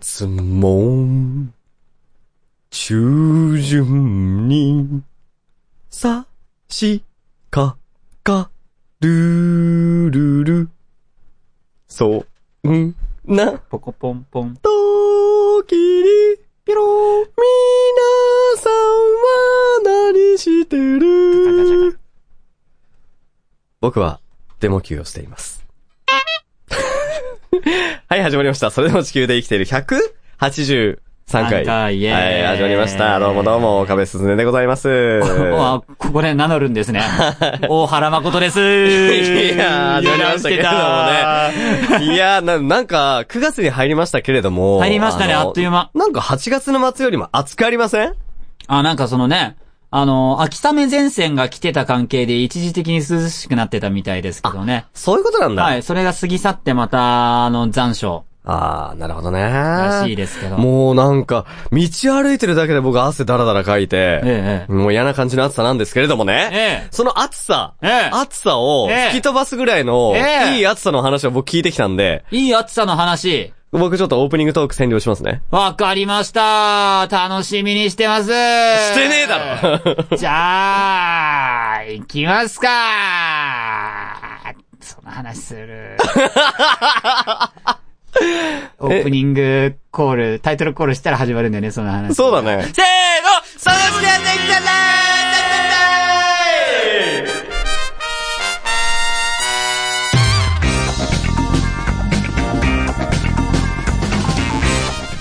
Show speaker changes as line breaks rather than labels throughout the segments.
つも、中旬に、さし、か、か、るるる。そんな、
ポコポンポン。
時に、ピロー、みなさんは何して
ガチャガチャガ
る僕は、デモ級をしています。 はい、始まりました。それでも地球で生きている183回。
三回イエーイ
はい、始まりました。どうもどうも、岡部すずねでございます。
あ、ここで名乗るんで すね。大原誠です。
い やー、始まりましたけれどもね。いやーな、なんか、9月に入りましたけれども。
入りましたね、
の
あっという間。
なんか8月の末よりも暑くありません
あ、なんかそのね、あの、秋雨前線が来てた関係で一時的に涼しくなってたみたいですけどね。
そういうことなんだ。
はい、それが過ぎ去ってまた、あの、残暑
ああ、なるほどね。
らしいですけど。
もうなんか、道歩いてるだけで僕汗だらだらかいて、
ええ、
もう嫌な感じの暑さなんですけれども
え
ね。
え。
その暑さ、
ええ
暑さを
ええ
吹き飛ばすぐらいの、
ええ
いい暑さの話を僕聞いてきたんで、
いい暑さの話。
僕ちょっとオープニングトーク占領しますね。
わかりました。楽しみにしてます。し
してねえだろ
じゃあ、行きますかその話す る。オープニングコール、タイトルコールしたら始まるんだよね、その 話。
そうだね。
せーのその時間できたね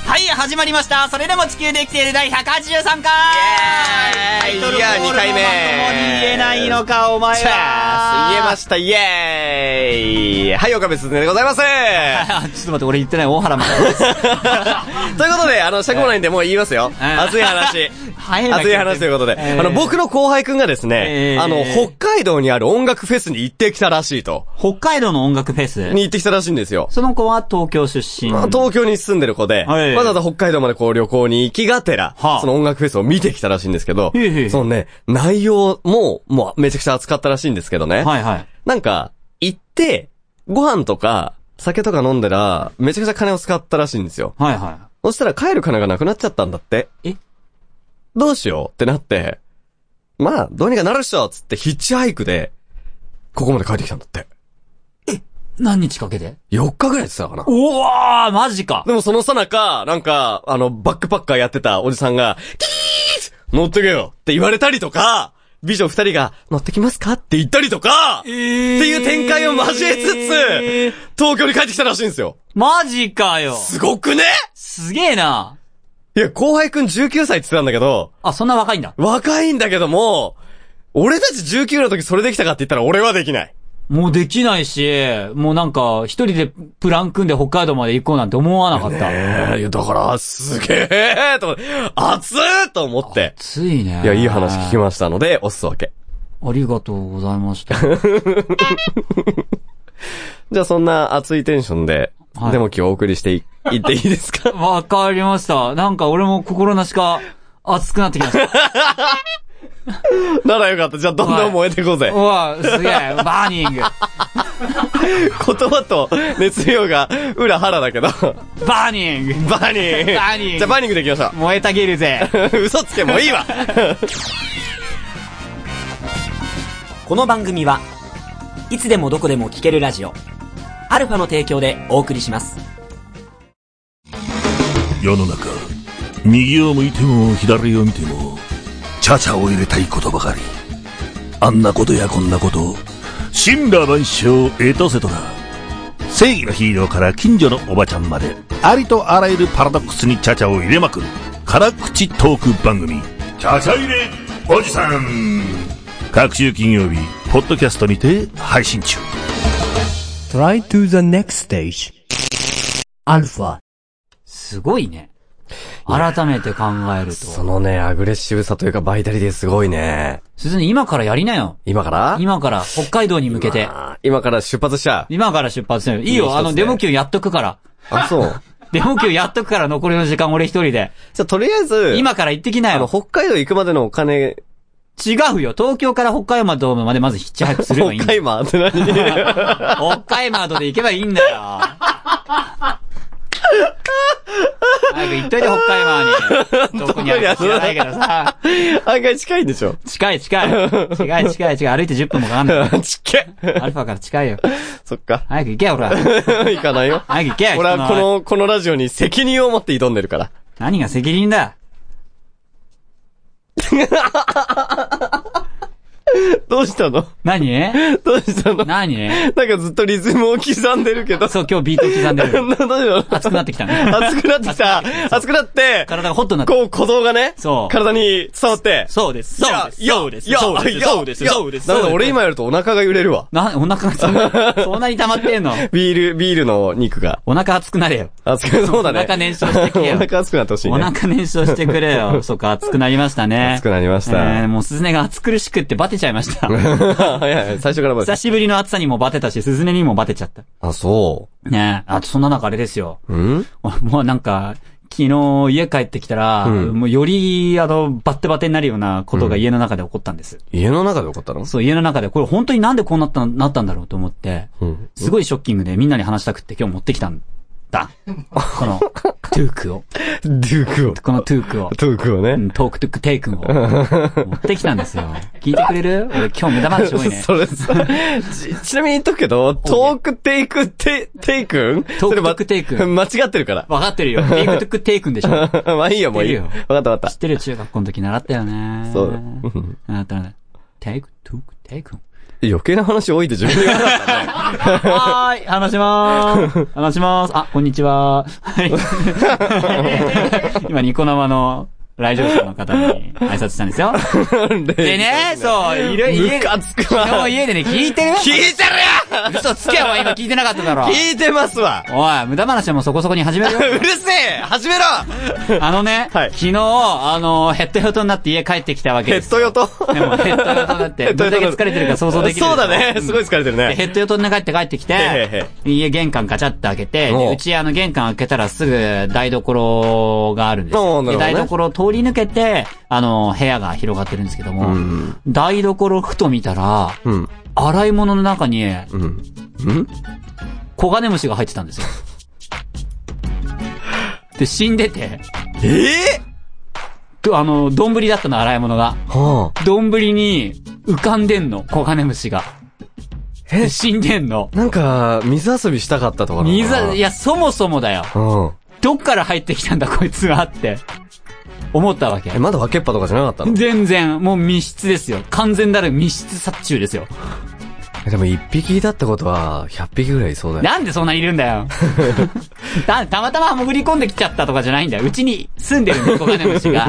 はい、始まりました。それでも地球で生きている第183回タイトル
いや
コール
二
も
回目
まともに言えないのか、お前
チャー
は
ス言えました、イエーイはい、岡部すずねでござい ます
あちょっと待って、俺言ってない、大原ま でです。
ということで、あの、尺もないんでもう言いますよ。
ええ
熱い 話。
早 な
熱い話ということで、
えー
あの、僕の後輩くんがですね、
えー
あの、北海道にある音楽フェスに行ってきたらしいと。
北海道の音楽フェス
に行ってきたらしいんですよ。
その子は東京出身。
まあ東京に住んでる子で、
はい
わざわざ北海道までこう旅行に行きがてら、
はあ
その音楽フェスを見てきたらしいんですけど
へえへえ、
そのね、内容も、もうめちゃくちゃ熱かったらしいんですけどね。
はいはい。
なんか、行って、ご飯とか、酒とか飲んでら、めちゃくちゃ金を使ったらしいんですよ。
はいは
そしたら帰る金がなくなっちゃったんだって。
え
どうしようってなって、まあ、どうにかなるっしょっつってヒッチハイクで、ここまで帰ってきたんだって。
い。何日かけて
4日ぐらいって言ってたかな。
うわー、マジか。
でもそのさなか、なんか、あの、バックパッカーやってたおじさんが、キーッ乗ってけよって言われたりとか、美女二人が、乗ってきますかって言ったりとか、
えー
っていう展開を交えつつ
えー
東京に帰ってきたらしいんですよ。
マジかよ。
すごくね
すげえな。
いや、後輩くん19歳って言ってたんだけど、
あ、そんな若いんだ。
若いんだけども、俺たち19の時それできたかって言ったら俺はできない。
もうできないし、もうなんか、一人でプラン組んで北海道まで行こうなんて思わなかった。
ええいや、だから、すげえと、熱っと思って。
ついね。
いや、いい話聞き
ま
ましたので、おすそ分け。
ありがとうございました。
じゃあ、そんな熱いテンションで、
はい
でも今日お送りしてい、いっていいですか
わかりました。なんか俺も心なしか熱くなってきました。
ならよかった。じゃあ、どんどん燃えていこうぜ
う。わ、すげえ、バーニング。
言葉と熱量が、裏腹だけ ど。
バーニング。
バーニング。
バーニング
じゃあ、バーニングでいきましょう。
燃えたぎるぜ。
嘘つけもう いいわ
この番組はいつでもどこでも聞けるラジオアルファの提供でお送りします
世の中右を向いても左を見てもチャチャを入れたいことばかりあんなことやこんなこと神羅万象エトセトラ正義のヒーローから近所のおばちゃんまでありとあらゆるパラドックスにチャチャを入れまくる辛口トーク番組チャチャ入れおじさん各週金曜日ポッドキャストにて配信中
Try to the next stage. Alpha.
すごいね。改めて考える
そ
と。
のね、アグレッシブさというか、バイタリティすごいね。
鈴に今からやりなよ。
今から
今から北海道に向けて。
あー今から出発しちゃう。
今から出発する。いい
いい
よ、
一つ
あの、
で
デモ級やっとくから。
あ、そう。
デモ級やっとくから、残りの時間俺一人で。
じゃあ、とりあえず、、
今から行ってきな
あの、
よ。
北海道行くまでのお金、
違うよ。東京から北海道までまずヒッチハイクすればいいん
北
だよ。
海 道って何
北海道で行けばいいんだよ。早く言っといて、北海道に。どこにあるか知らないけどさ。
案外近いんでしょ
近い近い。近い近い近い。歩いて10分もかかんない。
ちっけ
アルファから近いよ。
そっか。
早く行けよ、ほら。
行かないよ。
早く行けよ。
俺はこ
人前
の、このラジオに責任を持って挑んでるから。
何が責任だ。
どうしたの
何
どうしたのなん
何
かずっとリズムを刻んでるけど。
そう、今日ビート刻んでる。
などうしたの
熱くなってきたね。
熱くなってきた。熱くなって、
体がホットになって
こう鼓動がね、
そう
体に伝わって。
そうです。そうです。
いや
そうです。
いや
そうです。
いや
そうです。
いや
そうです。
なんだ俺
今。
今やるとお腹が揺れるわ。
な、お腹が そ、そんなに溜まってんの
ビール、ビールの肉が。
お腹熱くなれよ。
熱く、そうだね。
お腹燃焼してくれよ
お腹熱くなってほしい
お
ね。
腹燃焼してくれ よ。そっか、熱くなりましたね。
熱くなりました
えーもうスズネが熱苦しくってバテちゃいま した。
はいはい、最初からまで
久。しぶりの暑さにもバテたし、スズネにもバテちゃった。
あ、そ
ねえ。あと、そんな中あれですよ。
う。うん
もうなんか、昨日家帰ってきたら、
うん
もうより、あの、バッテバテになるようなことが家の中で起こったんです。
家の中で起こったの
そう、家の中で、これ本当になんでこうなった、なったんだろうと思って、
うん。
すごいショッキングでみんなに話したくって今日持ってきたんだ。この、トゥークを。
ドゥークを。
このトゥークを。
トゥークを
う
ね。
んトークトゥークテイクンを。持ってきたんですよ。聞いてくれる俺今日無駄話多いね。
それさ、ち、ちなみに言っとくけど、トークテイクテ、テイクン
トーク
それま
テイクテイク ン
間違ってるから。
わかってるよ。テイクトゥークテイクンでしょ。知
まあいいよ、もういいよ。
知ってる
わかったわかっ
ってる中学校の時習ったよね。
た。そうだ。
あったね。テイクトゥークテイクン。
余計な話多いって自分で言わなかったね。
はーい、話しまーす。話しまーす。あ、こんにちは。はい。今、ニコ生の来場者の方に挨拶したんですよ。 でね、そう、いる、
ム
家で、
カつくわ。
昨日
聞い
家でね、聞いてる
てるや
嘘つけよ、お前今聞いてなかっただろ。
聞いてますわ。
おい、無駄話はもうそこそこに始めるよ
う。るせえ始めろ
あのね、
はい
昨日、あの、ヘッドヘッドになって家帰ってきたわけ
ヘ
です
ッドよと。
でもヘッドヨトだってどれだけ疲れてるか想像できるでしょ
そうだね。すごい疲れてる
でヘ
ね。
ッドヨトに帰って帰ってきて
へ、
家玄関ガチャって開けて、
お
で
う
うちあの玄関開けたらすぐ台所があるんです
お
よ。
うな
で
るほどね
台所を通り抜けて、あの、部屋が広がってるんですけども、台所ふと見たら、
うん。
洗い物の中に
うん。うん
コガネムシが入ってたんですよ。で、死んでて、
ええ
あの、丼だったの洗い物が。
はあ。
丼に浮かんでんの、コガネムシが。で死んでんの。
なんか、水遊びしたかったとかなのかな
水、いや、そもそもだよ。
うん。
どっから入ってきたんだ、こいつはって。思ったわけ
え、。まだ分けっぱとかじゃなかったの
全然、もう密室ですよ。完全なる密室殺虫ですよ。
えでも一匹いたってことは、100匹ぐらいいそうだよ。
なんでそんないるんだ よ。た、たまたま潜り込んできちゃったとかじゃないんだよ。うちに住んでるんだよ、コガネムシ が。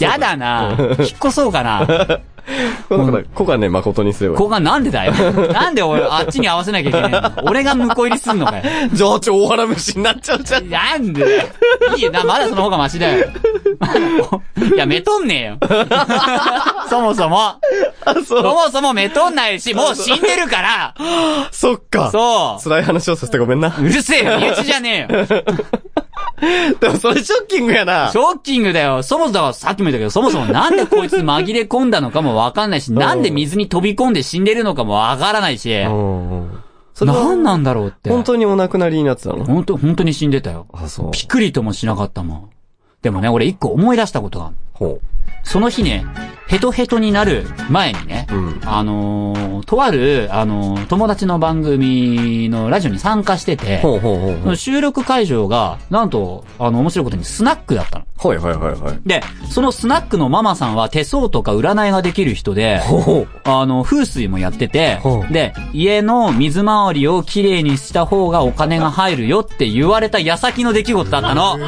やだな引っ越そうかな。
だから、子がね、誠にすればいい。
ここがなんでだよ。なんで俺、あっちに合わせなきゃいけないの俺が向こう入りすんのかよ。
情緒大原虫になっちゃうじゃん。
なんでだよいいよな、まだその方がマシだよ。 いや、めとんねえよ。 そも そも。そもそもめとんないし、もう死んでるから。
そっか。
そ
辛い話をさせてごめんな
う。。うるせえよ、身内じゃねえよ。シ
でもそれショッキングやな。
ョッキングだよ。そもそもだから、さっきも言ったけど、そもそもなんでこいつ紛れ込んだのかもわかんないし、なんで水に飛び込んで死んでるのかもわからないし、
うんうん。それは
なんなんだろうって。
本当にお亡くなりになってたの
本当、本当に死んでたよ。
あ、そう。
ピクリともしなかったもん。でもね、俺一個思い出したことがある。
ほ
その日ね、ヘトヘトになる前にね、
ん
あのーとある、あのー友達の番組のラジオに参加してて
う。、ほうほうほう
そ
ほう
の。収録会場が、なんと、あの、面白いことにスナックだったの。
はいはいはいはい。
で、そのスナックのママさんは手相とか占いができる人で、
ほうほう。
あの、風水もやってて
ほ、う
で、家の水回りをきれいにした方がお金が入るよって言われた矢先の出来事だったの。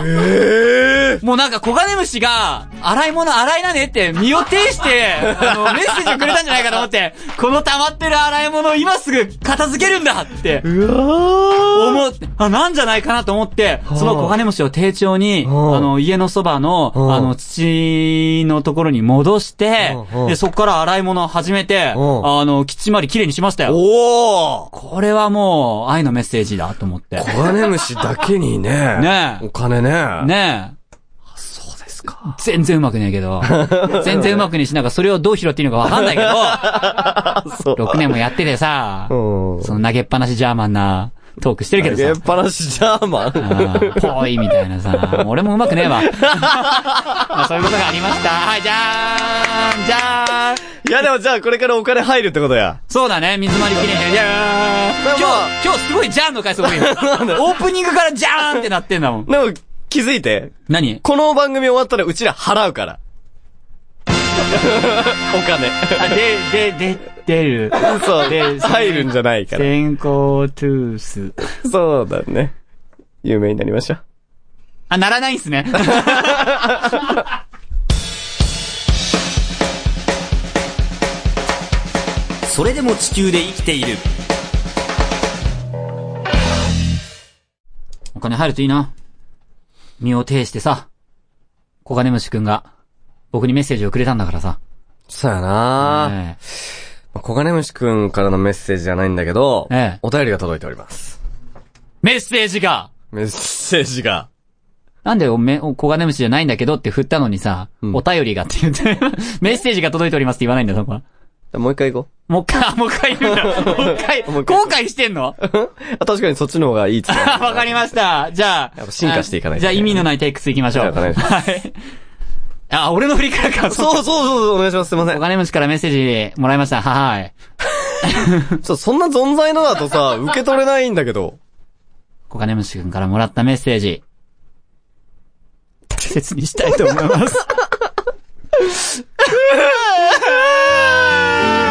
もうなんか、コガネムシが、洗い物洗いなねって身を挺して、あの、メッセージをくれたんじゃないかと思って、この溜まってる洗い物を今すぐ片付けるんだって、
うわ
思って、あ、なんじゃないかなと思って、そのコガネムシを丁重に、あ
はあ
の、家のそばの、
はあ
あの、土のところに戻して
はあは、あ
で、そこから洗い物を始めて、あ
は
の、キッチン周りきれいにしましたよ。
おー
これはもう、愛のメッセージだと思って。
コガネムシだけにね。
ねえ
お金ね。
ねえ。そうですか。全然うまくねえけ ど。全然うまくねえし、なんかそれをどう拾っていいのかわかんないけど、
そう。
6年もやっててさ、
うん。
その投げっぱなしジャーマンな、トークしてるけど
げっ
さ。
ぱなしジャーマン。
あー ぽいみたいなさ。俺もうまくねえ わ。まあそういうことがありました。はい、じゃーんじゃーん
いやでもじゃあこれからお金入るってことや。
そうだね、水回りきれいに。いやー
でも
今日、今日すごいじゃーんの回数多いよ。オープニングからじゃーんってなってんだもん。
でも気づいて。
何
この番組終わったらうちら払うから。 お金。
あ、で、で、で、出る。
そう。入るんじゃないから。
先行トゥース。
そうだね。有名になりましょう。
あ、ならないんすね。
それでも地球で生きている。
お金入るといいな。身を挺してさ、小金虫くんが、僕にメッセージをくれたんだからさ。
そうやな
ええ
小金虫くんからのメッセージじゃないんだけど、
ええ
お便りが届いております。
メッセージが
メッセージが。
なんでおめ、お小金虫じゃないんだけどって振ったのにさ、
ん
お便りがって言って、 メッセージが届いておりますって言わないんだよ、そこは。
もう一回行こ
もう 一回、あもう一回言うんだ。もう一回、
もう
後
一回
悔してんの
う。あ確かにそっちの方がいいっつって
わかりました。じゃ
やっ
あ。
ぱ進化していかない
あ
と
じゃあ意味のないテイクスいきましょう。
じゃあお願いしま
はい。あ、俺の振りからか。
そうそうそうそう、お願いします。すいません。
お
ちょ
金持ちからメッセージもらいました。はい。
っとそんな存在のだと さ、受け取れないんだけど。
お金持ちくんからもらったメッセージ。大切にしたいと思い ます。
小金虫くん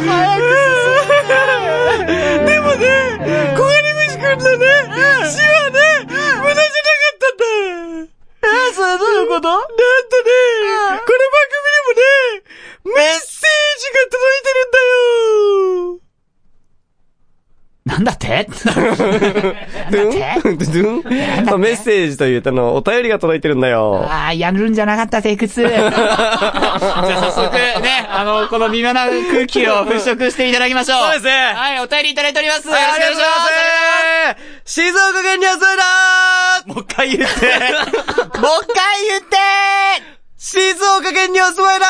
早く進でもね、小金虫くんのね、死はね、無駄じゃなかったんだえー、それどういうことなんとね、この番組にもね、メッセージが届いてるんだよ
なんだって
ドゥンドゥンまあメッセージというとあの、お便りが届いてるんだよ。
ああ、やるんじゃなかった、テイク2。じゃ あ早速、ね、あの、この微妙な空気を払拭していただきましょう。
そうですね
はい、お便りいただいております。よろしくお
ありが
願
と
いうし
ござ
ま
い
す。
ます静岡県に遊んだもう一回言って。
もう一回言って
静岡県にお住まいだ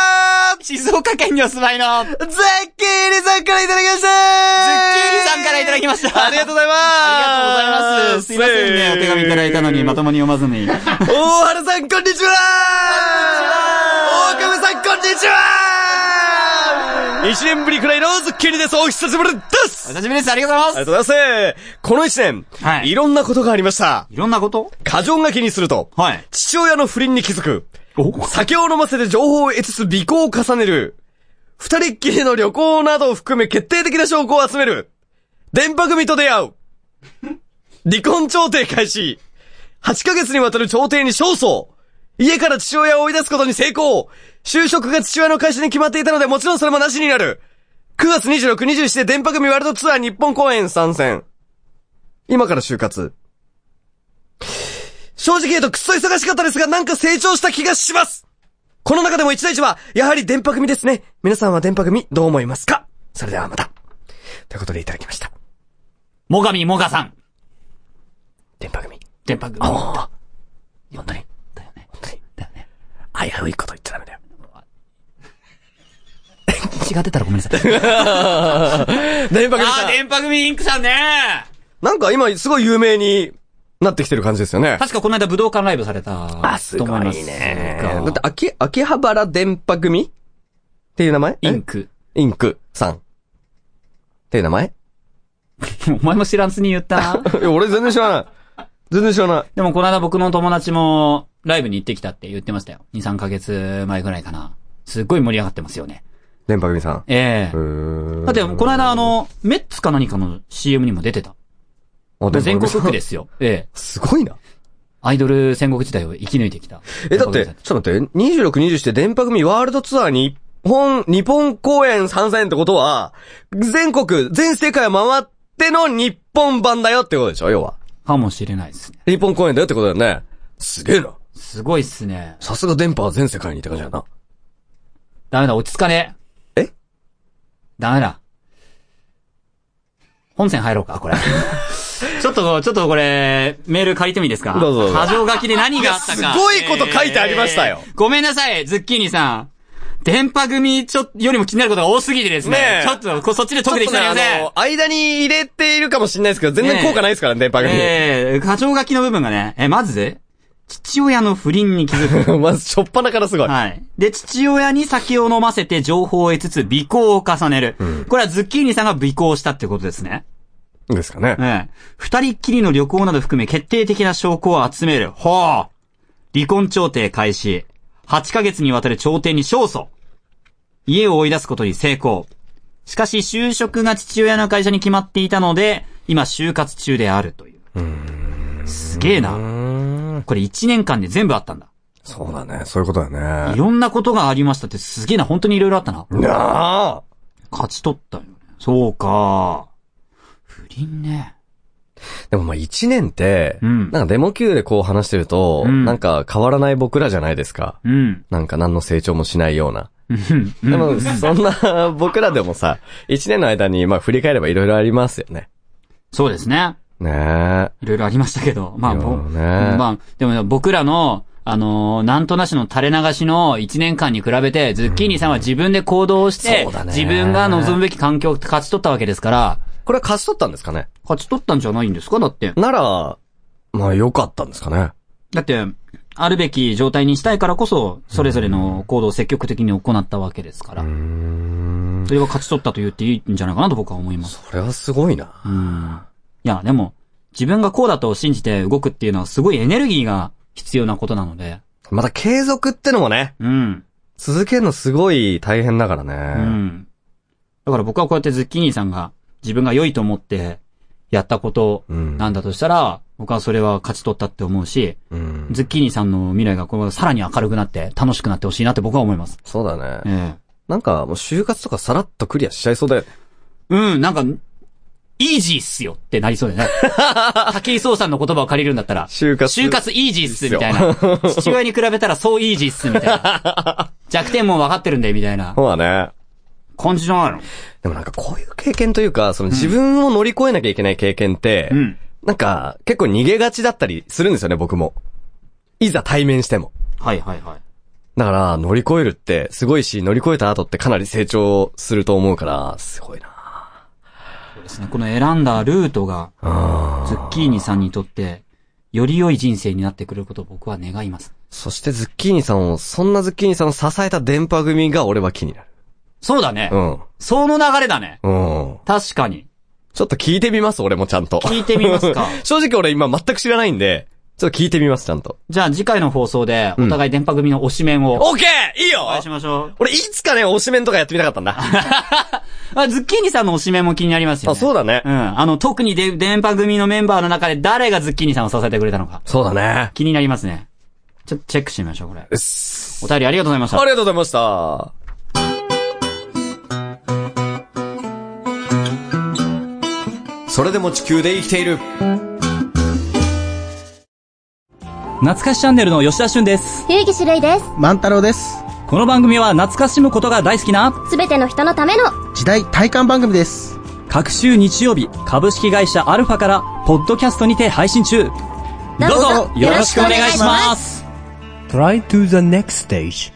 静岡県にお住まいの、ズッキー
ザッキーニさんからいただきましたズッキー
リさんからいただきました。
ありがとうございます
ありがとうございます。すいませんね、お手紙いただいたのに、まともに読まずに。
大原さん、こんにちは大亀さん、こんにちは一年ぶりくらいのズッキーニですお久しぶりです
お久しぶりです、ありがとうご
あ
ざい
り
ま
がとうございますこの一年、
はい
い、ろんなことがありました
す。いろんなこと
過剰書きにすると、
はい。
父親の不倫に気づく、
お
酒を飲ませて情報を得つつ尾行を重ねる。二人っきりの旅行などを含め決定的な証拠を集める。電波組と出会う。離婚調停開始。8ヶ月にわたる調停に勝訴。家から父親を追い出すことに成功。就職が父親の会社に決まっていたのでもちろんそれもなしになる。9月26、27で電波組ワールドツアー日本公演参戦。今から就活。正直言うとくっそ忙しかったですがなんか成長した気がしますこの中でも一大事は、やはり電波組ですね。皆さんは電波組どう思いますかそれではまた。ということでいただきました。
もがみもがさん。
電波組。
電波組。
ああ。本当に、
だよね。だよね。
危ういこと言っちゃダメだよ。
違ってたらごめん なさい。
電波組
あ
さ
あ、
ん。
電波組インクさんね
なんか今すごい有名になってきてる感じですよね。
確かこの間武道館ライブされ
だ
た。と思
って
ます
秋、秋葉原電波組っていう名前
イン。ク。
えインクさん。っていう名前
お前も知らんすに言 った。
いや俺全然知らない。全然知らない。
でもこの間僕の友達もライブに行ってきたって言ってましたよ。2、3ヶ月前ぐらいかな。すっごい盛り上がってますよね。
電波組さん。
ええ
うーん
だって、この間あの、メッツか何かの CM にも出てた。
あ電波組さ
全
ん
国区です よ。ええ。
すごいな。
アイドル戦国時代を生き抜いてきた。
え、だって、ちょっと待って、26、20して電波組ワールドツアーに、日本、日本公演参戦ってことは、全国、全世界を回っての日本版だよってことでしょ要は。
かもしれないですね。
日本公演だよってことだよね。すげえな。
すごいっすね。
さすが電波は全世界にって感じだな。
ダメだ、落ち着かね
え
ダメだ。本線入ろうか、これ。ちょっと、ちょっとこれ、メール借りてもいいですか
どうぞどうぞ
過剰書きで何があったか。
いやすごいこと書いてありましたよ
えーごめんなさい、ズッキーニさん。電波組ちょ、よりも気になることが多すぎてですね。
ねえ
ちょっとこ、そっちで
ちょっ
解けてい
と
き
ね、
たい
あ
ので。
の、間に入れているかもしれないですけど、全然効果ないですからね、電波組。
ええー、課長書きの部分がね、え、まず、父親の不倫に気づく。
まず、しょっぱなからすごい。
はい。で、父親に酒を飲ませて情報を得つつ、尾行を重ねる。これはズッキーニさんが尾行したってことですね。
ですかね。
ええ。二人っきりの旅行など含め決定的な証拠を集める。ほう。離婚調停開始。8ヶ月にわたる調停に勝訴。家を追い出すことに成功。しかし、就職が父親の会社に決まっていたので、今就活中であるという。すげえな。これ1年間で全部あったんだ。
そうだね、そういうことだ
い
ね。
ろんなことがありましたってすげえな、本当にいろいろあったな。
なあ
勝ち取ったよね。そうか。不倫ね。
でもまあ一年って、
うん
なんかデモ級でこう話してると、
うん
なんか変わらない僕らじゃないですか。
うん。
なんか何の成長もしないような。
うん。
でも、そんな僕らでもさ、一年の間にまあ振り返ればいろいろありますよね。
そうですね。
ね
いろいろありましたけど。まあ、
いや
ぼ
ーね
まあ、でも僕らの、あのーなんとなしの垂れ流しの1年間に比べて、ズッキーニさんは自分で行動をして、
そうだね
自分が望むべき環境を勝ち取ったわけですから、
え。これは勝ち取ったんですかね
勝ち取ったんじゃないんですかだって。
なら、まあ良かったんですかね。
だって、あるべき状態にしたいからこそ、それぞれの行動を積極的に行ったわけですから。それは勝ち取ったと言っていいんじゃないかなと僕は思います。
これはすごいな。
うん。いや、でも、自分がこうだと信じて動くっていうのはすごいエネルギーが必要なことなので。
また継続ってのもね、
うん。
続けるのすごい大変だから
う
ね。
ん。だから僕はこうやってズッキーニさんが自分が良いと思ってやったこと
うん
なんだとしたら、僕はそれは勝ち取ったって思うし、
うん。
ズッキーニさんの未来がこれはさらに明るくなって楽しくなってほしいなって僕は思います。
そうだね。
ええ。
なんかもう就活とかさらっとクリアしちゃいそうだよね。
うん、なんか、イージーっすよってなりそうだよね。 武井壮さんの言葉を借りるんだったら、
就活
就活イージーっすみたいな。父親に比べたらそうイージーっすみたいな。 弱点も分かってるんで、みたいな
そうだね。
感じじゃないの
でもなんかこういう経験というか、その自分を乗り越えなきゃいけない経験って、
うん。
なんか結構逃げがちだったりするんですよね、僕も。いざ対面しても。
はいはいはい。
だから乗り越えるってすごいし、乗り越えた後ってかなり成長すると思うから、すごいな。
そうですね。この選んだルートが、ズッキーニさんにとって、より良い人生になってくれることを僕は願います。
そしてズッキーニさんを、そんなズッキーニさんを支えた電波組が俺は気になる。
そうだね。
うん。
その流れだね。
うん。
確かに。
ちょっと聞いてみます、俺もちゃんと。
聞いてみますか
正直俺今全く知らないんで、ちょっと聞いてみます、ちゃんと。
じゃあ次回の放送で、お互い電波組の推しメンを、お
オッケーいいよ
会いしましょう。
俺いつかね、推しメンとかやってみたかったんだ。
あ、ズッキーニさんの推しメンも気になりますよ、
あ、
ね。
そうだね
う。ん。あの、特にで、電波組のメンバーの中で誰がズッキーニさんを支えてくれたのか。
そうだね。
気になりますね。ちょっとチェックしてみましょう、これ。
うっす
お便りありがとうございました。
ありがとうございました。それでも地球で生きている。
懐かしチャンネルの吉田俊です。
ゆうきしるいです。
万太郎です。
この番組は懐かしむことが大好きな、
すべての人のための、
時代体感番組です。
各週日曜日、株式会社アルファから、ポッドキャストにて配信中。
ど。
どうぞよろしくお願いしますす
Try to the next stage.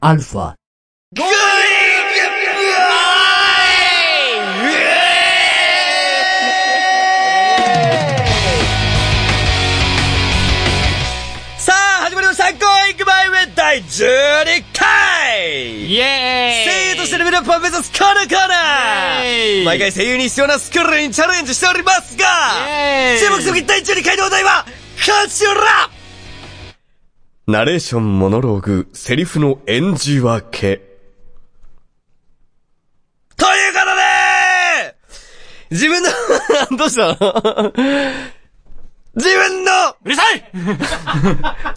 Alpha.
さあ、始まりましたゴーイングバイウェイ第12回
イエーイ
声優としてレベルアップを目指すこのコーナ
イエー
ー
イ
毎回声優に必要なスキルにチャレンジしておりますが
イエーイ
注目すべき第12回のお題は、カチュラナレーション、モノローグ、セリフの演じ分け。ということで自分の、 どうしたの自分の、
うるさい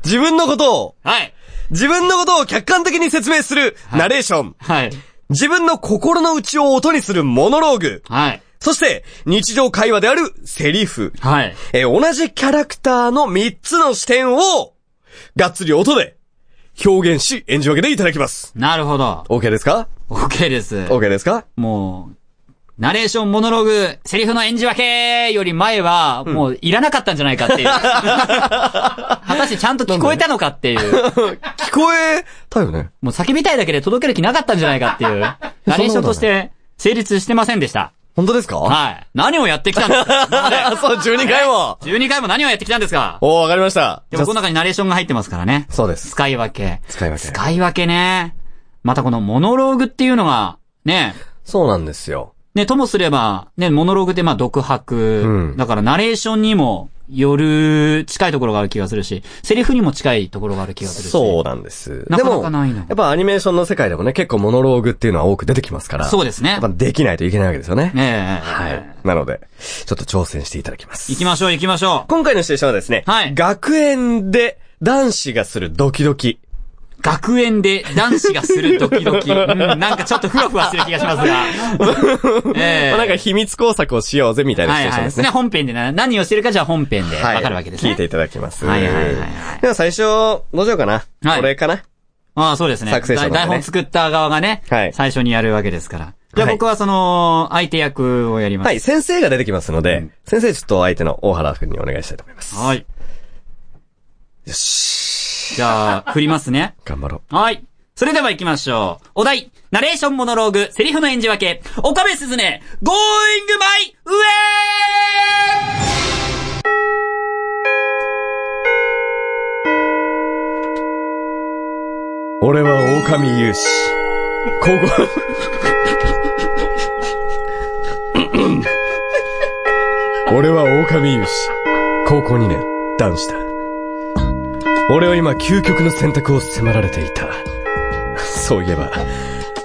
自分のことを、
はい。
自分のことを客観的に説明するナレーション、
はい。
自分の心の内を音にするモノローグ、
はい。
そして日常会話であるセリフ、
はい。
えー同じキャラクターの3つの視点を、がっつり音で表現し演じ分けていただきます。
なるほど。
OK ですか
OK です。
?OK ですか
もう、ナレーション、モノローグ、セリフの演じ分けより前は、もういらなかったんじゃないか っていう。果たしてちゃんと聞こえたのかっていう。
聞こえたよね。
もう叫びたいだけで届ける気なかったんじゃないかっ ていう。ナレーションとして成立してませんでした。
本当ですかい。
はい。何をやってきたんで すか今まで
あ、そう、12回も。
12回も何をやってきたんですか
おー、わかりました。
でもこの中にナレーションが入ってますからね。
そうです。
使い分け。
使い分け
使い分けね。またこのモノローグっていうのが、ね、
そうなんですよ。
ね、ともすれば、ね、モノローグってまあ独白。
うん
だからナレーションにもよる近いところがある気がするし、セリフにも近いところがある気がするし。
そうなんです。
なかなかない
で
の
も、やっぱアニメーションの世界でもね、結構モノローグっていうのは多く出てきますから。
そうですね
やっぱできないといけないわけですよね。
ねえ。
はい。なので、ちょっと挑戦していただきます。
行きましょう行きましょ
今回のステーションはですね、
はい
学園で男子がするドキドキ。
う。学園で男子がするドキ ドキ。うんなんかちょっとふわふわする気がしますが。ええ
まあなんか秘密工作をしようぜみたいなス
は
テー
い
ショ
は
ン
い。
です
ね、
ね。
本編でな何をしてるかじゃあ本編でわかるわけですね。
聞いていただきます。
はいはいはいは
では最初、どうしようかな。
はい
これかな。
ああ、そうですね。
作成者の方ね
台本作った側がね、
はい
最初にやるわけですから。じゃあ
はい
僕はその、相手役をやります。
はい、先生が出てきますので、先生ちょっと相手の大原くんにお願いしたいと思います。
はい。
よし。
じゃあ、振りますね。
頑張ろう。
はい。それでは行きましょう。お題、ナレーションモノローグ、セリフの演じ分け、岡部すずね、Going My Way!
俺は狼勇士。ここ。俺は狼勇士。高校2年、男子だ。俺は今、究極の選択を迫られていた。そういえば、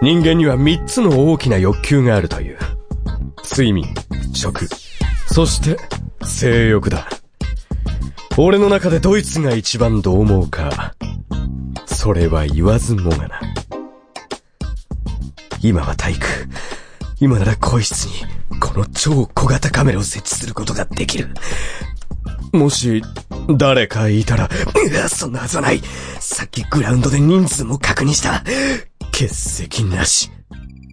人間には3つの大きな欲求があるという。睡眠、食、そして、性欲だ。俺の中でドイツが一番どう思うか、それは言わずもがな。今は体育。今なら更衣室に、この超小型カメラを設置することができる。もし、誰かいたら、うわそんなはずはない。さっきグラウンドで人数も確認した。欠席なし。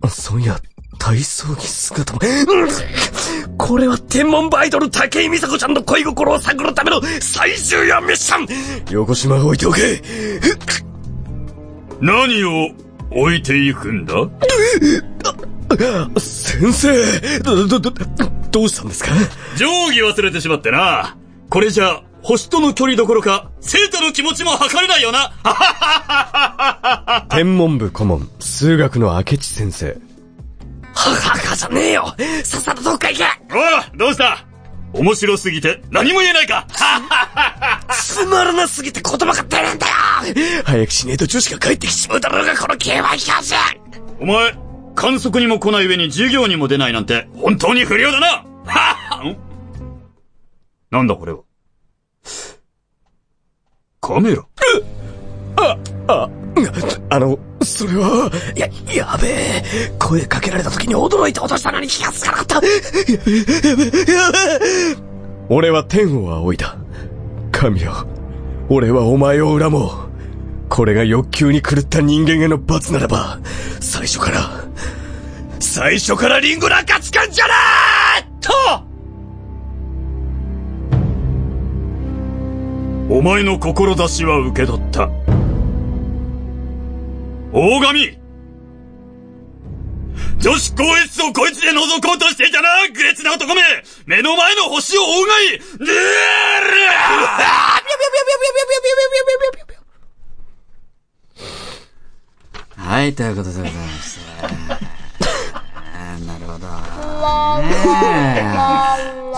あそういや、体操着姿も、うんこれは天文部アイドル武井美佐子ちゃんの恋心を探るための最重要ミッション横島を置いておけ
何を置いていくんだ
先生ど、ど、ど、どうしたんですか
定規忘れてしまってな。これじゃ、星との距離どころか、生徒の気持ちも測れないよな。
天文部顧問、数学の明智先生。ははじゃねえよさっさとどっか行け
おい、どうした面白すぎて何も言えないか
つまらなすぎて言葉が出るんだよ早くしねえと女子が帰ってきちまうだろうが、この KY 表示
お前、観測にも来ない上に授業にも出ないなんて、本当に不良だなはぁんなんだこれは。カメラ
あ、あの、それは、や、やべえ。声かけられた時に驚いて落としたのに気がつかなかった。やべえ、やべえ、やべえ。俺は天を仰いだ。神よ、俺はお前を恨もう。これが欲求に狂った人間への罰ならば、最初から、最初からリンゴなんか掴んじゃねえと
お前の志は受け取った。大神女子高一をこいつで覗こうとしていたな愚劣な男め目の前の星を大神ぬ
はい、ということでございまして。あーなるほど。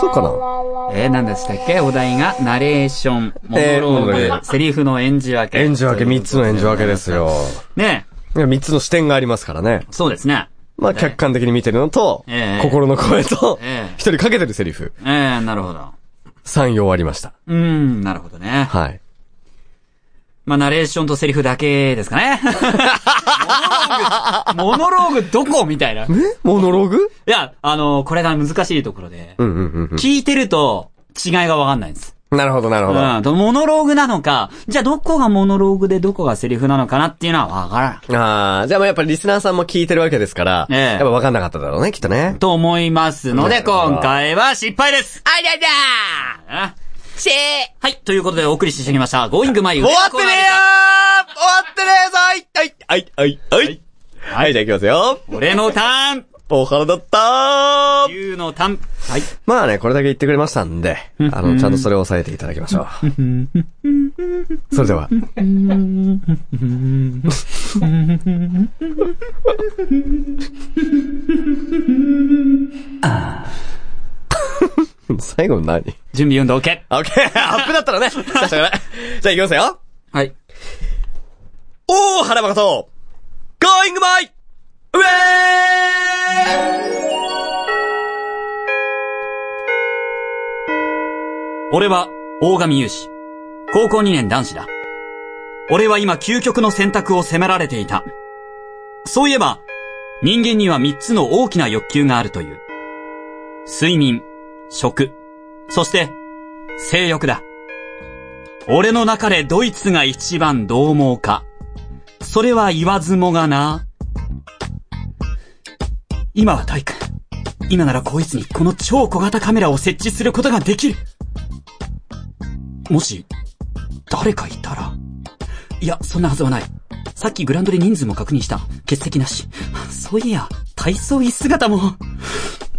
そうかな
えー、何でしたっけお題が、ナレーション、モノロ
えーモノロ
ー
ー
グ、セリフの演じ分け。
演じ分け、三つの演じ分けですよ。
ね
いや三つの視点がありますからね。
そうですね。
まあ、客観的に見てるのと、
ええ
心の声と、
ええ
一人かけてるセリフ、
えー、なるほど。
3、4ありました。
うーん、なるほどね。
はい。
まあ、ナレーションとセリフだけですかね。 モノローグ、モノローグどこみたいな。い
えモノローグ
や、あの、これが難しいところで、
うんうんうんうん。
聞いてると違いがわかんないんです。
なるほど、なるほど。あ
うん。とモノローグなのか、じゃあどこがモノローグでどこがセリフなのかなっていうのはわからん。
あ、じゃあまあやっぱりリスナーさんも聞いてるわけですから、
ええ
やっぱ分かんなかっただろうね、きっとね。
と思いますの
な
で、
るほど
今回は失敗ですありゃだーしーはい、ということでお送りしてきました。Going My
終わってねえよー終わってねえぞはいはいはいはいはい、じゃあ行きますよ
俺のターン
お腹だったー
ゆうのターンはい。
まあね、これだけ言ってくれましたんで、あの、ちゃんとそれを抑えていただきまし ょう。それでは。 最後の何
準備運動 OK!
オッケーアップだったらね。しょうがないじゃあ行きますよ。
はい。
おー、原誠 !Going my way!
俺は、大神勇士。高校2年男子だ。俺は今究極の選択を迫られていた。そういえば、人間には3つの大きな欲求があるという。睡眠、食、そして、性欲だ。俺の中でドイツが一番獰猛か。それは言わずもがな。今は体育。今ならこいつにこの超小型カメラを設置することができる。もし、誰かいたら。いや、そんなはずはない。さっきグラウンドで人数も確認した。欠席なし。そういや、体操着姿も。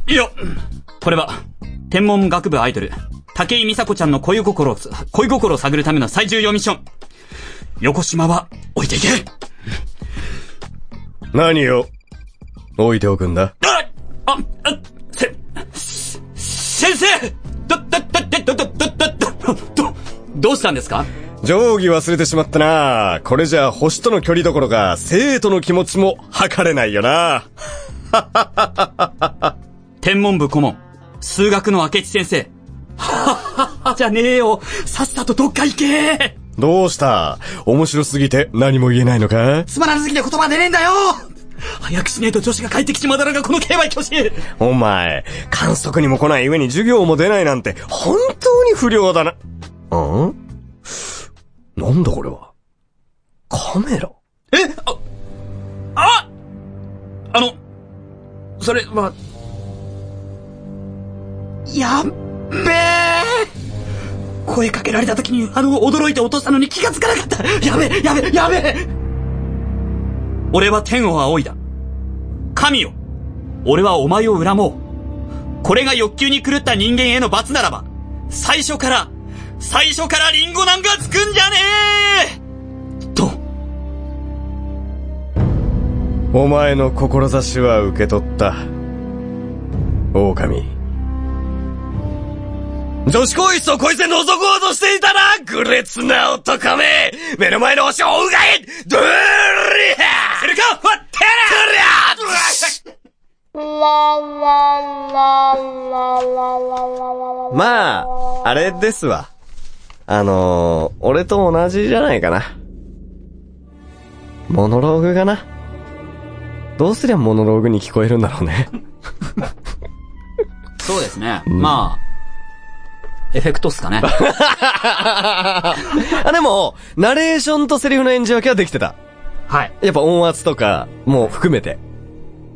いや、これは、天文学部アイドル、竹井美佐子ちゃんの恋心を、恋心を探るための最重要ミッション。横島は置いていけ
何を置いておくんだ
ああ、あ、せ、先生ど、ど、ど、ど、ど、ど、ど、ど、ど、どうしたんですか
定規忘れてしまったなこれじゃ星との距離どころか、生徒の気持ちも測れないよな
天文部顧問、数学の明智先生。はっはっは、じゃねえよ。さっさとどっか行け
どうした面白すぎて何も言えないのか
つまらなすぎて言葉出ねえんだよ早くしねえと女子が帰ってきちまだらがこの KY 教師
お前、観測にも来ない上に授業も出ないなんて、本当に不良だな。んなんだこれはカメラ
えあ、ああの、それは、やっべえ声かけられた時にあの驚いて落としたのに気がつかなかったやべえやべえやべえ俺は天を仰いだ。神よ俺はお前を恨もう。これが欲求に狂った人間への罰ならば、最初から、最初からリンゴなんかつくんじゃねえと。
お前の志は受け取った。狼。女子更衣室をこいつで覗こうとしていたな愚劣な男め目の前の星を追うがいドゥーリアセルカファッテラまあ、あれですわ。あのー、俺と同じじゃないかな。モノローグかな。どうすりゃモノローグに聞こえるんだろう ね。
そうですね。まあ、エフェクトっすかね。
あ、でも、ナレーションとセリフの演じ分けはできてた。
はい。
やっぱ音圧とか、もう含めて。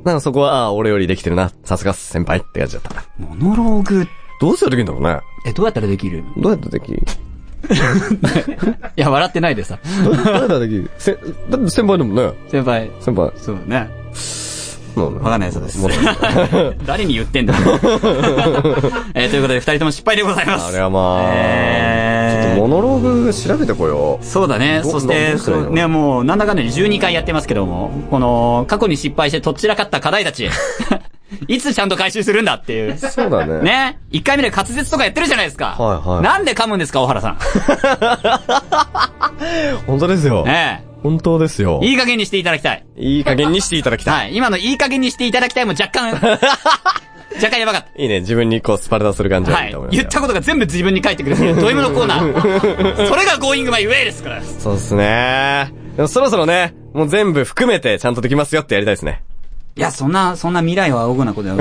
なんかそこは、ああ、俺よりできてるな。さすが先輩って感じだった。
モノローグ、
どうすりゃできるんだろうね。
え、どうやったらできる
どうやってできる
いや、笑ってないでさ。
どうやってできるせ、だって先輩だもんね。
先輩。
先輩。
そうだね。
わ
わかんないそうです。誰に言ってん だえーということで、二人とも失敗でございます。
あれはまあ、ちょっ
え
と
ー
モノローグ調べてこよう。
そうだね。
ど
そし
ど
て、
うすれば
そ
いいうの
ね、もう、なんだかんだで12回やってますけども、この、過去に失敗してとっちらかった課題 たち、いつちゃんと回収するんだっていう。
そうだね。
ね一回目で滑舌とかやってるじゃないですか。
はいはい
なんで噛むんですか、小原さん。
本当ですよ。
ね
本当ですよ
え。。いい加減にしていただきたい。
いい加減にしていただきたい。
はい。今のいい加減にしていただきたいも 若干、若干やばかっ
いいね、自分にこうスパルタする感じ
た。は
はいい
い
と思。いますよ。
言ったことが全部自分に返ってくるっていうド M のコーナ ー。それが Going My Way ですから。
そうですね。でもそろそろね、もう全部含めてちゃんとできますよってやりたいですね。
いや、そんな、そんな未来を仰ぐなことや。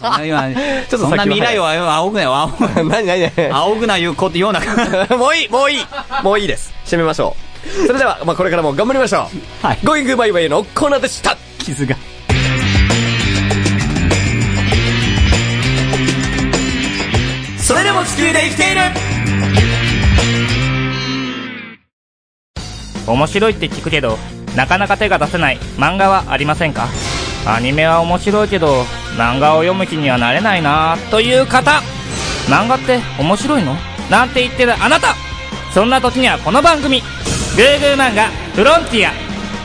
そんな今、
と先は
そんな未来を仰ぐなよ、仰 ぐなよ
何何何
仰ぐなよ、こってような。は
もういいもういいもういいです。締めましょう。それでは、まあ、これからも頑張りましょう。
い。
ゴーイングバイバイのコーナーでした。
傷が。
それでも地球で生きている
面白いって聞くけどなかなか手が出せない漫画はありませんかアニメは面白いけど漫画を読む気にはなれないなという方漫画って面白いのなんて言ってるあなたそんな時にはこの番組「グーグー漫画フロンティア」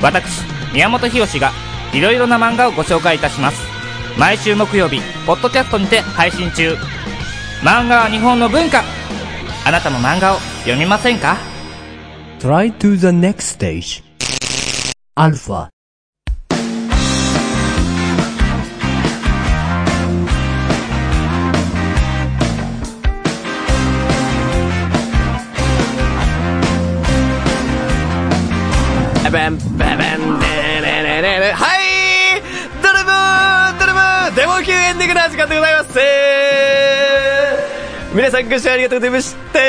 私宮本浩がいろいろな漫画をご紹介いたします毎週木曜日ポッドキャストにて配信中漫画は日本の文化あなたも漫画を読みませんか
Try to the next stage. Alpha.
ババンババンデレレレレはいドラムードラムーデモ級エンディングの時間でございますせー皆さんご視聴ありがとうございました
へ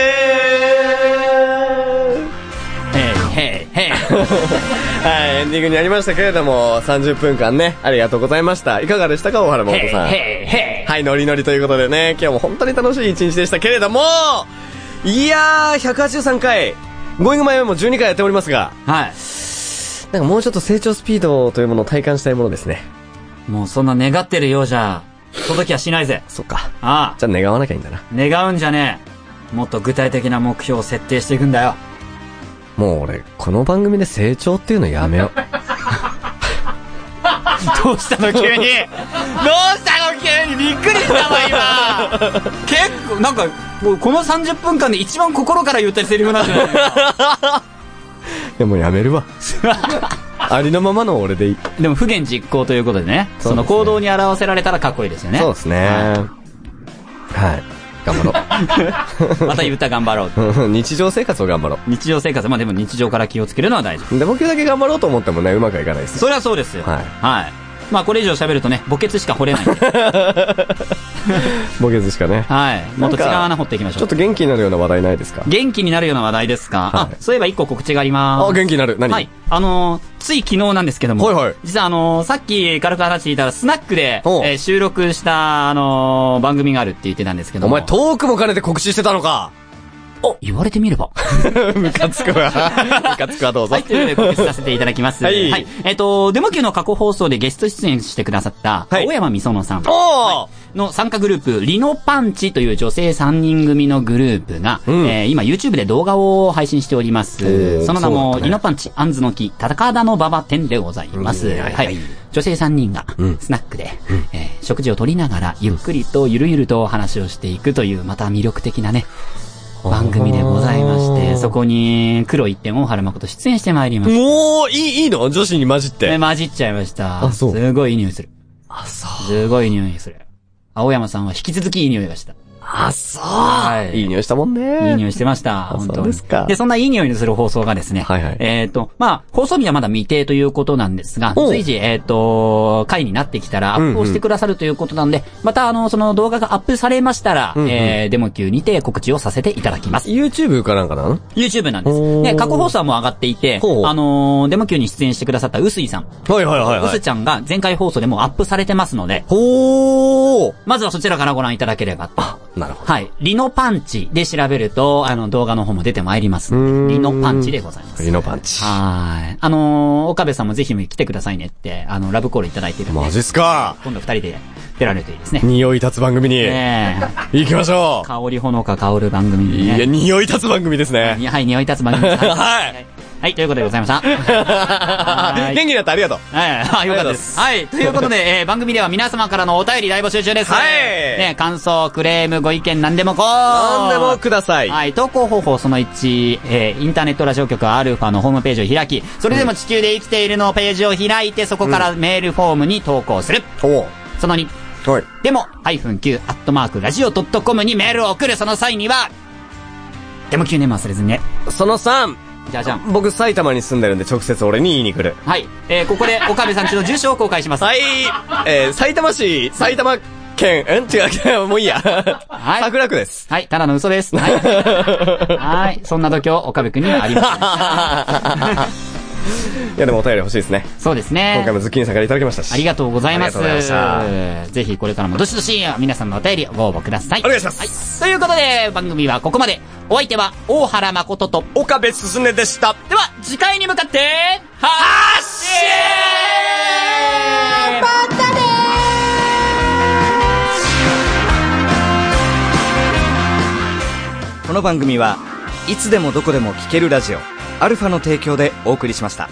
いへいへい。
はい、エンディングになりましたけれども、30分間ね、ありがとうございました。いかがでしたか、大原桃子さん。
へいへい。
はい、ノリノリということでね、今日も本当に楽しい一日でしたけれども、いやー、183回、ゴーイングマイウェイも12回やっておりますが、
はい。
なんかもうちょっと成長スピードというものを体感したいものですね。
もうそんな願ってるようじゃ、届きはしないぜ。
そっか。
ああ、
じゃあ願わなきゃいいんだな。
願うんじゃねえ。もっと具体的な目標を設定していくんだよ。
もう俺、この番組で成長っていうのやめよ う。
どうしたの急にどうしたの急にびっくりしたわ今 結構なんかもうこの30分間で一番心から言ったセリフなんじゃないか
でもうやめ るわ。ありのままの俺でいい。
なでも不言実行ということでねそ
そうですね
の行動に表せられたらかっこいいですよね
そうですね。はい。頑張
また言った頑張ろう
ろう。 日常生活を頑張ろ
日常生活まあでも日常から気をつけるのは大事
う。で、僕だけ頑張ろうと思ってもね、うまくいかないですよ。
そりゃそうですよ
はい
いまあこれ以上喋るとね墓穴しか掘 れないんで
ボケずしかね。
はいもっと違う穴掘っていきまし
ちょ
ょ
っ
う
と元気になるような話題ないですか
元気になるような話題ですか、
はい
あそういえば一個告知があります
あ、元気になる。何
はい。。あのーつい昨日なんですけども。
はいはい
実はあのーさっき軽く話していたら、スナックで、え
おう
ー収録した、あのー番組があるって言ってたんですけど
お
も。
前、トークも兼ねて告知してたのか
言われてみれば。
ムカつく わ。ムカつくわ、どうぞ。
はい、ということで告知させていただきます。
はい
えっ、と、デモ級の過去放送でゲスト出演してくださった、
はい
青山美園さ
お
ん。
ー、
の参加グループ、リノパンチという女性3人組のグループが、
ん
えー今 YouTube で動画を配信しておりま
お
す。
ー
その名
そうだっ
も、
たね
リノパンチ、アンズの木、高田の馬場店でございます。
うんはいは
はいい。女性3人が、スナックで、えー食事をとりながら、ゆっくりとゆるゆるとお話をしていくという、また魅力的なね、番組でございまして、そこに、黒一点大原誠出演してまいりました。
もう、いい、いいの女子に混じって。
え混じっちゃいました。
あそう
すごいいい匂いする。あ、そう。すごいいい匂いする。青山さんは引き続きいい匂いがした。
あ、そう。
はい。
いい匂いしたもんね。
いい匂いしてました。本当に
そうですか
で、そんないい匂いのする放送がですね。
はいはい
えっ、と、まあ、放送日はまだ未定ということなんですが、
おう
随時、えっ、と、回になってきたらアップをしてくださるということなんで、また、あの、その動画がアップされましたら、
ん
えーデモ級にて告知をさせていただきます。
YouTube かなんかなの
YouTube なんです。
おー
で、過去放送はもう上がっていて
ほう、
あのーデモ級に出演してくださった臼井さん。
はいはいは
臼井。ちゃんが前回放送でもうアップされてますので、
ほー。
まずはそちらからご覧いただければと。
なるほど。
はい。リノパンチで調べると、あの、動画の方も出てまいりますので。リノパンチでございます。
リノパンチ。
はい。あのー岡部さんもぜひ来てくださいねって、あの、ラブコールいただいてるんで。
マジっすか
今度二人で出られるといいですね。
匂い立つ番組に、
ねえ。
行きましょ
香りほのか香る番組
うい
に
や、
ね。
匂い立つ番組ですね。
にはい、 匂い立つ番 組です。
はい
はい。はい、ということでございました。は
元気
い。
になってありがとう。
はい、あよかったです。はい。ということで、えー番組では皆様からのお便り大募集中です。
はい
ね感想、クレーム、ご意見、何でもこう
なんでもください。
はい、投稿方法その1、えーインターネットラジオ局アルファのホームページを開き、それでも地球で生きているのページを開いて、そこからメールフォームに投稿する。
お
その2、
うはい。
でも、-9、アットマーク、ラジオ .com にメールを送る、その際には、でも9年も忘れずにね。
その3、
じゃじゃん。
僕埼玉に住んでるんで直接俺に言いに来る。
はい。えー、こ こで岡部さんちの住所を公開します。
はい、えー、埼玉市、埼玉県、うん違う、もういいや。はい桜区です。
はい、ただの嘘で す。はい。はい、そんな度胸、岡部君にはありません。
いや、でもお便り欲しいですね。
そうです
今回
ね。
もズッキーニさんからいただきましたし。
ありがとうございます。
ありがとうござ
ぜひこれからもどしどし皆さんのお便りご応募ください。。
お願いします
はい、ということで、番組はここまで。お相手は、大原誠と。
岡部すすねでした。
では、次回に向かって、はっしー
この番組はいつでもどこでも聴けるラジオアルファの提供でお送りしました